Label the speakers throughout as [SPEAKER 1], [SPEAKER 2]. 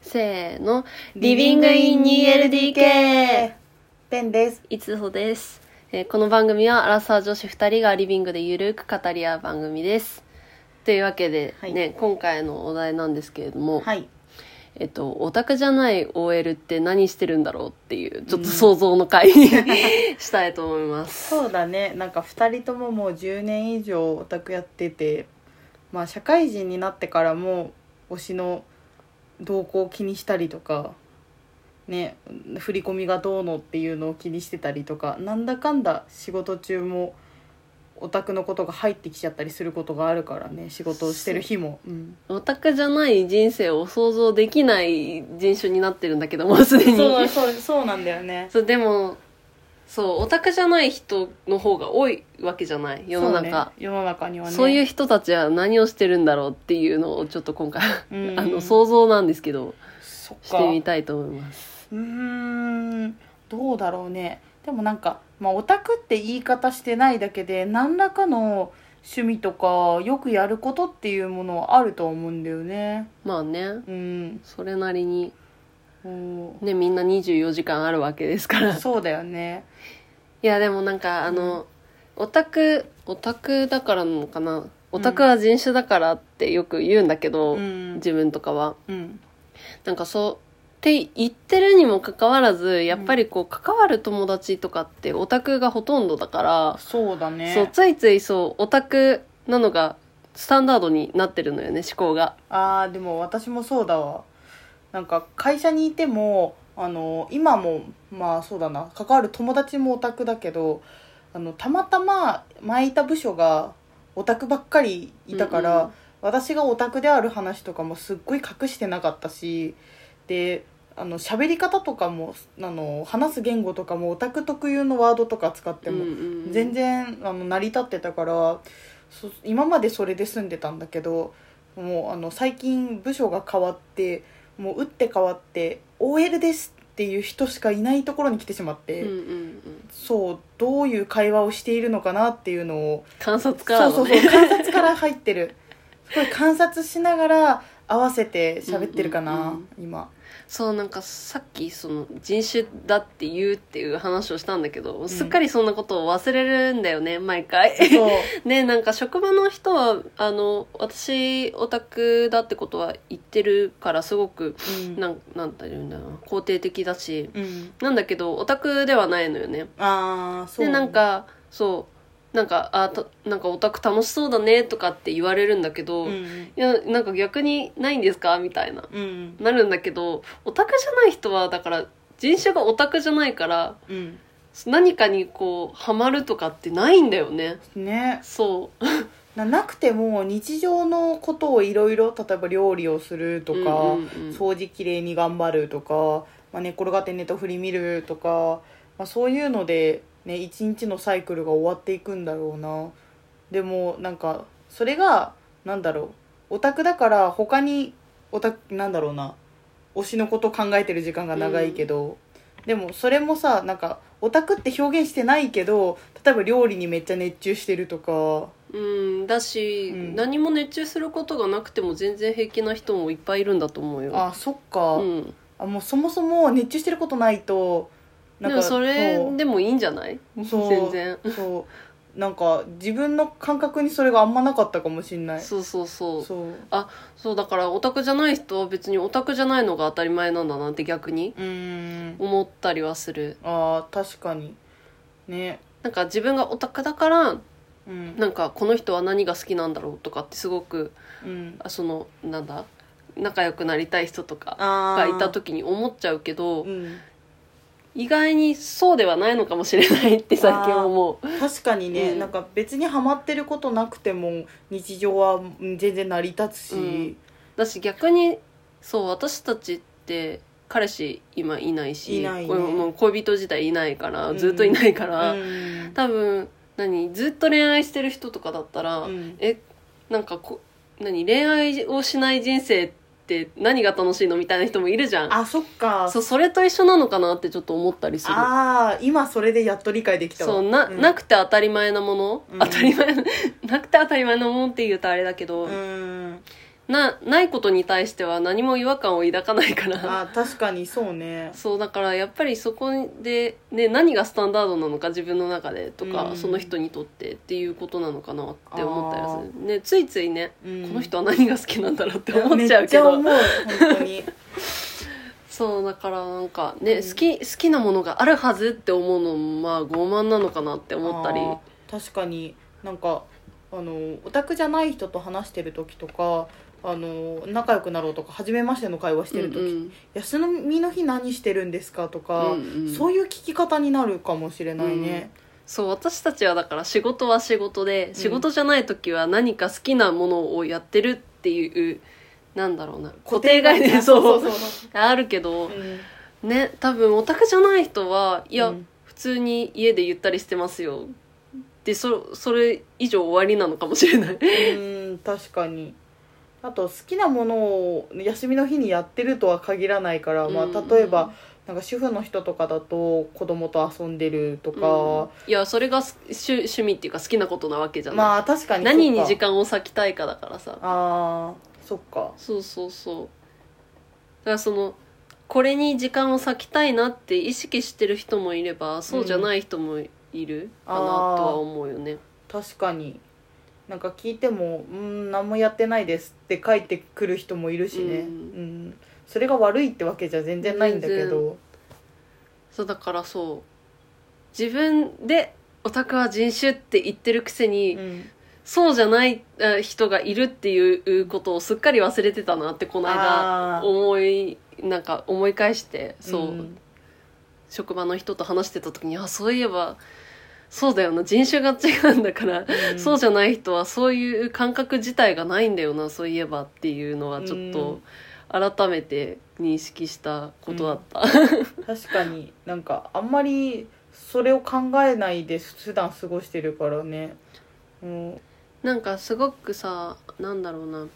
[SPEAKER 1] せーの
[SPEAKER 2] リビングイン 2LDK ペンです。
[SPEAKER 1] いつほです、えーこの番組はアラサー女子2人がリビングでゆるく語り合う番組ですというわけで、
[SPEAKER 2] はい
[SPEAKER 1] ね今回のお題なんですけれども、
[SPEAKER 2] はい。
[SPEAKER 1] えっと、オタクじゃない OL って何してるんだろうっていうちょっと想像の回に したいと思います
[SPEAKER 2] そうだね。なんか二人とももう10年以上オタクやってて、まあ社会人になってからも推しの動向を気にしたりとか、ね、振り込みがどうのっていうのを気にしてたりとか、なんだかんだ仕事中もオタクのことが入ってきちゃったりすることがあるからね。仕事をしてる日も。うん
[SPEAKER 1] オタクじゃない人生を想像できない人種になってるんだけどもうすでに
[SPEAKER 2] そうそうそうなんだよね。
[SPEAKER 1] そうでもそうオタクじゃない人の方が多いわけじゃない世の中
[SPEAKER 2] そうね世の中にはね。
[SPEAKER 1] そういう人たちは何をしてるんだろうっていうのをちょっと今回、
[SPEAKER 2] う ん
[SPEAKER 1] あの想像なんですけど
[SPEAKER 2] そっか
[SPEAKER 1] してみたいと思います
[SPEAKER 2] うーんどうだろうねでもなんか、まあ、オタクって言い方してないだけで何らかの趣味とかよくやることっていうものはあると思うんだよね
[SPEAKER 1] まあね
[SPEAKER 2] うん
[SPEAKER 1] それなりに
[SPEAKER 2] お
[SPEAKER 1] ねみんな24時間あるわけです から
[SPEAKER 2] ーそうだよね
[SPEAKER 1] いやでもなんかあのオタクオタクだからなのかなオタクは人種だからってよく言うんだけど、
[SPEAKER 2] うん
[SPEAKER 1] 自分とかは
[SPEAKER 2] うん
[SPEAKER 1] なんかそうって言ってるにもかかわらずやっぱりこう関わる友達とかってオタクがほとんどだから、
[SPEAKER 2] そうだね
[SPEAKER 1] そうついついそうオタクなのがスタンダードになってるのよね思考が
[SPEAKER 2] あーでも私もそうだわなんか会社にいてもあの今もまあそうだな関わる友達もオタクだけどあのたまたま前いた部署がオタクばっかりいたから、
[SPEAKER 1] うんうん
[SPEAKER 2] 私がオタクである話とかもすっごい隠してなかったしであの喋り方とかもあの話す言語とかもオタク特有のワードとか使っても、全然あの成り立ってたからそ今までそれで住んでたんだけどもうあの最近部署が変わってもう打って変わって OL ですっていう人しかいないところに来てしまって、
[SPEAKER 1] うんうんうん
[SPEAKER 2] そうどういう会話をしているのかなっていうのを
[SPEAKER 1] 観察から
[SPEAKER 2] そ
[SPEAKER 1] の
[SPEAKER 2] うそう
[SPEAKER 1] ね
[SPEAKER 2] そう観察から入ってるすごい観察しながら合わせて喋ってるかな、
[SPEAKER 1] うんうんうん
[SPEAKER 2] 今
[SPEAKER 1] そうなんかさっきその人種だって言うっていう話をしたんだけど、すっかりそんなことを忘れるんだよね毎回
[SPEAKER 2] そう
[SPEAKER 1] ねなんか職場の人はあの私オタクだってことは言ってるからすごく
[SPEAKER 2] うん
[SPEAKER 1] なんなんて言うんだろうな肯定的だし
[SPEAKER 2] うん
[SPEAKER 1] なんだけどオタクではないのよね
[SPEAKER 2] ああそう
[SPEAKER 1] でなんかそうなんかあたなんかオタク楽しそうだねとかって言われるんだけど、
[SPEAKER 2] う
[SPEAKER 1] い
[SPEAKER 2] ん
[SPEAKER 1] やなんか逆にないんですかみたいな
[SPEAKER 2] うん
[SPEAKER 1] なるんだけどオタクじゃない人はだから人種がオタクじゃないから
[SPEAKER 2] うん
[SPEAKER 1] 何かにこうハマるとかってないんだよね
[SPEAKER 2] ね
[SPEAKER 1] そう
[SPEAKER 2] ななくても日常のことをいろいろ例えば料理をするとか、
[SPEAKER 1] うんうんうん
[SPEAKER 2] 掃除きれいに頑張るとか、まあ、寝転がってネタ振り見るとか、まあ、そういうので、ね、一日のサイクルが終わっていくんだろうなでもなんかそれがなんだろうオタクだから他にオタクなんだろうな推しのこと考えてる時間が長いけど、でもそれもさなんかオタクって表現してないけど例えば料理にめっちゃ熱中してるとか。
[SPEAKER 1] うんだし、
[SPEAKER 2] うん
[SPEAKER 1] 何も熱中することがなくても全然平気な人もいっぱいいるんだと思うよ
[SPEAKER 2] あそっか、
[SPEAKER 1] うん、
[SPEAKER 2] あもうそもそも熱中してることないと
[SPEAKER 1] でもそれ
[SPEAKER 2] そう
[SPEAKER 1] でもいいんじゃない
[SPEAKER 2] そ
[SPEAKER 1] 全
[SPEAKER 2] う
[SPEAKER 1] 然
[SPEAKER 2] そうなんか自分の感覚にそれがあんまなかったかもしんない
[SPEAKER 1] そうそうそう
[SPEAKER 2] そう
[SPEAKER 1] そうだからオタクじゃない人は別にオタクじゃないのが当たり前なんだなって逆に
[SPEAKER 2] うーん
[SPEAKER 1] 思ったりはする
[SPEAKER 2] あー確かにね
[SPEAKER 1] なんか自分がオタクだから
[SPEAKER 2] うん
[SPEAKER 1] なんかこの人は何が好きなんだろうとかってすごく
[SPEAKER 2] うん
[SPEAKER 1] あそのなんだ仲良くなりたい人とか
[SPEAKER 2] あ
[SPEAKER 1] が
[SPEAKER 2] ー
[SPEAKER 1] いた時に思っちゃうけど
[SPEAKER 2] うん
[SPEAKER 1] 意外にそうではないのかもしれないって最近思う
[SPEAKER 2] 確かにね、
[SPEAKER 1] うん
[SPEAKER 2] なんか別にハマってることなくても日常はうん全然成り立つし、
[SPEAKER 1] うんだし逆にそう私たちって彼氏今いないし
[SPEAKER 2] いないね
[SPEAKER 1] これもう恋人自体いないから
[SPEAKER 2] うん
[SPEAKER 1] ずっといないから、
[SPEAKER 2] うん
[SPEAKER 1] 多分何ずっと恋愛してる人とかだったら、
[SPEAKER 2] うん
[SPEAKER 1] えなんかこ何恋愛をしない人生って何が楽しいのみたいな人もいるじゃん
[SPEAKER 2] あそっか
[SPEAKER 1] そうそれと一緒なのかなってちょっと思ったりする
[SPEAKER 2] ああ今それでやっと理解できたわ
[SPEAKER 1] そうな,、
[SPEAKER 2] ん
[SPEAKER 1] なくて当たり前なもの、
[SPEAKER 2] うん
[SPEAKER 1] 当たり前ななくて当たり前なものって言うとあれだけど、
[SPEAKER 2] うん
[SPEAKER 1] なないことに対しては何も違和感を抱かないから
[SPEAKER 2] あ確かにそうね
[SPEAKER 1] そうだからやっぱりそこで、ね、何がスタンダードなのか自分の中でとか、
[SPEAKER 2] うん
[SPEAKER 1] その人にとってっていうことなのかなって思ったりはする、ね、ついついね、
[SPEAKER 2] うん
[SPEAKER 1] この人は何が好きなんだろうって思っ
[SPEAKER 2] めっ
[SPEAKER 1] ちゃう
[SPEAKER 2] ち
[SPEAKER 1] け
[SPEAKER 2] ゃ
[SPEAKER 1] ど
[SPEAKER 2] 思う本当に
[SPEAKER 1] そうだからなんかね、
[SPEAKER 2] うん
[SPEAKER 1] 好き好きなものがあるはずって思うのもまあ傲慢なのかなって 思ったり
[SPEAKER 2] あー確かになんかあのオタクじゃない人と話してる時とかあの仲良くなろうとか初めましての会話してる時、
[SPEAKER 1] うん
[SPEAKER 2] 休みの日何してるんですかと
[SPEAKER 1] うん
[SPEAKER 2] か、
[SPEAKER 1] うんうん
[SPEAKER 2] そういう聞き方になるかもしれないね、
[SPEAKER 1] そう私たちはだから仕事は仕事で
[SPEAKER 2] ん
[SPEAKER 1] 仕事じゃない時は何か好きなものをやってるっていう、なんだろうな固定概念そう
[SPEAKER 2] そうそうそ
[SPEAKER 1] あるけど
[SPEAKER 2] う、うん
[SPEAKER 1] ね多分オタクじゃない人はいや、
[SPEAKER 2] うん
[SPEAKER 1] 普通に家でゆったりしてますよでそそれ以上終わりなのかもしれない
[SPEAKER 2] うん確かにあと好きなものを休みの日にやってるとは限らないから、 ま
[SPEAKER 1] うん
[SPEAKER 2] あ、例えばなんか主婦の人とかだと子供と遊んでるとか、
[SPEAKER 1] いやそれがす趣趣味っていうか好きなことなわけじゃない、
[SPEAKER 2] まあ確かに
[SPEAKER 1] 何に時
[SPEAKER 2] 間
[SPEAKER 1] 間を割きたいかだからさ
[SPEAKER 2] あーそっか
[SPEAKER 1] そうそうそうだからそのこれに時間を割きたいなって意識してる人もいればそうじゃない人もいるかなとは思うよね、
[SPEAKER 2] 確かになんか聞いても「うん何もやってないです」って帰ってくる人もいるしね、
[SPEAKER 1] う
[SPEAKER 2] うんんそれが悪いってわけじゃ全然ないんだけど
[SPEAKER 1] そうだからそう自分でオタクは人種って言ってるくせに、
[SPEAKER 2] うん
[SPEAKER 1] そうじゃないあ人がいるっていうことをすっかり忘れてたなってこの間
[SPEAKER 2] あー
[SPEAKER 1] 思いなんか思い返してそう、
[SPEAKER 2] ん
[SPEAKER 1] 職場の人と話してた時にあそういえばそうだよな人種が違うんだから、
[SPEAKER 2] ん
[SPEAKER 1] そうじゃない人はそういう感覚自体がないんだよなそういえばっていうのはちょっと改めて認識したことだった、
[SPEAKER 2] 確かになんかあんまりそれを考えないで普段過ごしてるからねうん
[SPEAKER 1] なんかすごくさなんだろうな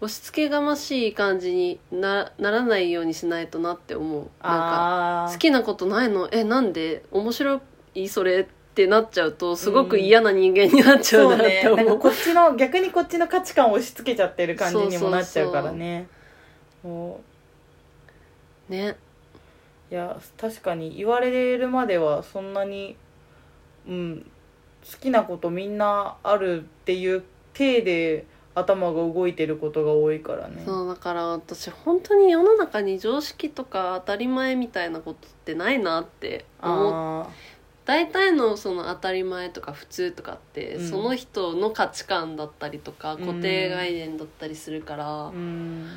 [SPEAKER 1] 押し付けがましい感じになならないようにしないとなって思うなんか
[SPEAKER 2] あ
[SPEAKER 1] 好きなことないのえなんで面白いそれってなっちゃうとすごく嫌な人間になっちゃう
[SPEAKER 2] そ
[SPEAKER 1] な
[SPEAKER 2] う
[SPEAKER 1] って
[SPEAKER 2] ね
[SPEAKER 1] 思う,、
[SPEAKER 2] なんかこっちの逆にこっちの価値観を押し付けちゃってる感じにもなっちゃうからねも
[SPEAKER 1] ね
[SPEAKER 2] ういや確かに言われるまではそんなにうん好きなことみんなあるっていう体で頭が動いてることが多いからね
[SPEAKER 1] そうだから私本当に世の中に常識とか当たり前みたいなことってないなって思っ
[SPEAKER 2] あー
[SPEAKER 1] 大体のその当たり前とか普通とかって、
[SPEAKER 2] うん
[SPEAKER 1] その人の価値観だったりとか
[SPEAKER 2] ん
[SPEAKER 1] 固定概念だったりするから、
[SPEAKER 2] うん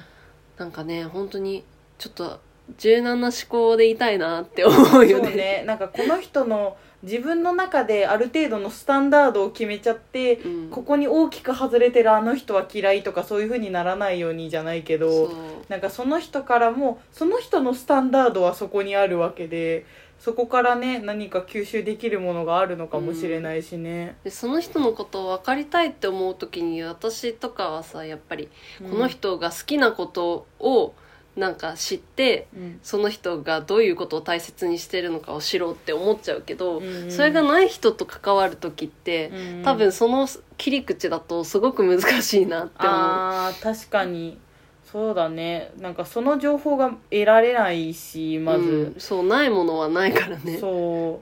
[SPEAKER 1] なんかね本当にちょっと柔軟な思考でいたいなって思うよ
[SPEAKER 2] そう
[SPEAKER 1] ね。
[SPEAKER 2] ねなんかこの人の自分の中である程度のスタンダードを決めちゃって、
[SPEAKER 1] うん
[SPEAKER 2] ここに大きく外れてるあの人は嫌いとかそういう風にならないようにじゃないけ
[SPEAKER 1] そ
[SPEAKER 2] ど
[SPEAKER 1] う
[SPEAKER 2] なんかその人からもその人のスタンダードはそこにあるわけでそこからね何か吸収できるものがあるのかもしれないしね、
[SPEAKER 1] でその人のことを分かりたいって思う時に私とかはさやっぱりこの人が好きなことをなんか知って
[SPEAKER 2] うん、
[SPEAKER 1] その人がどういうことを大切にしてるのかを知ろうって思っちゃうけど、
[SPEAKER 2] うん
[SPEAKER 1] それがない人と関わる時って、
[SPEAKER 2] うん
[SPEAKER 1] 多分その切り口だとすごく難しいなって思う。
[SPEAKER 2] あー確かにそうだねなんかその情報が得られないしまず、
[SPEAKER 1] うんそうないものはないからね
[SPEAKER 2] そ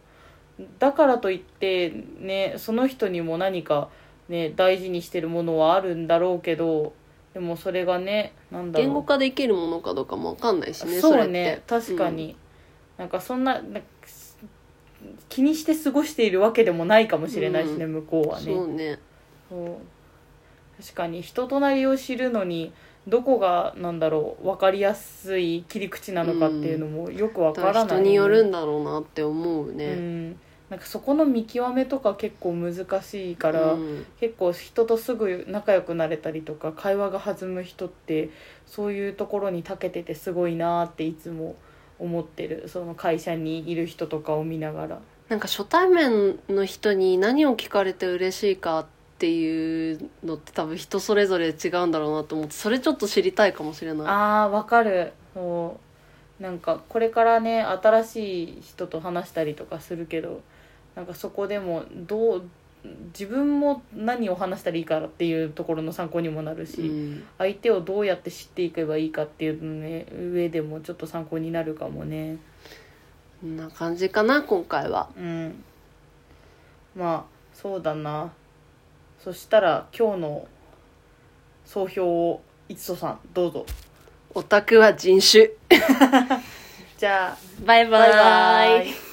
[SPEAKER 2] うだからといってねその人にも何かね大事にしてるものはあるんだろうけどでもそれがねなんだろう
[SPEAKER 1] 言語化できるものかどうかも分かんないしね
[SPEAKER 2] そ
[SPEAKER 1] れ
[SPEAKER 2] う
[SPEAKER 1] って
[SPEAKER 2] ね確か、に、なんかそんななんか気にして過ごしているわけでもないかもしれないしね、
[SPEAKER 1] う
[SPEAKER 2] 向こう
[SPEAKER 1] うん
[SPEAKER 2] はね
[SPEAKER 1] そうね
[SPEAKER 2] そう確かに人となりを知るのにどこがなんだろう分かりやすい切り口なのかっていうのもよく分
[SPEAKER 1] だ
[SPEAKER 2] か
[SPEAKER 1] から
[SPEAKER 2] な
[SPEAKER 1] ら
[SPEAKER 2] い、
[SPEAKER 1] 人によるんだろうなって思うね、
[SPEAKER 2] うん、なんかそこの見極めとか結構難しいから、
[SPEAKER 1] うん
[SPEAKER 2] 結構人とすぐ仲良くなれたりとか会話が弾む人ってそういうところに長けててすごいなーっていつも思ってるその会社にいる人とかを見ながら。
[SPEAKER 1] なんか初対面の人に何を聞かれて嬉しいかっていうのって多分人それぞれ違うんだろうなと思ってそれちょっと知りたいかもしれない
[SPEAKER 2] あーわかるそうなんかこれからね新しい人と話したりとかするけどなんかそこでもどう自分も何を話したらいいかっていうところの参考にもなるし、
[SPEAKER 1] うん
[SPEAKER 2] 相手をどうやって知っていけばいいかっていうのね上でもちょっと参考になるかもね
[SPEAKER 1] こんな感じかな今回は
[SPEAKER 2] うんまあそうだなそしたら今日の総評をいつとさんどうぞ
[SPEAKER 1] オタクは人種
[SPEAKER 2] じゃあ
[SPEAKER 1] バイバイ
[SPEAKER 2] バイバイ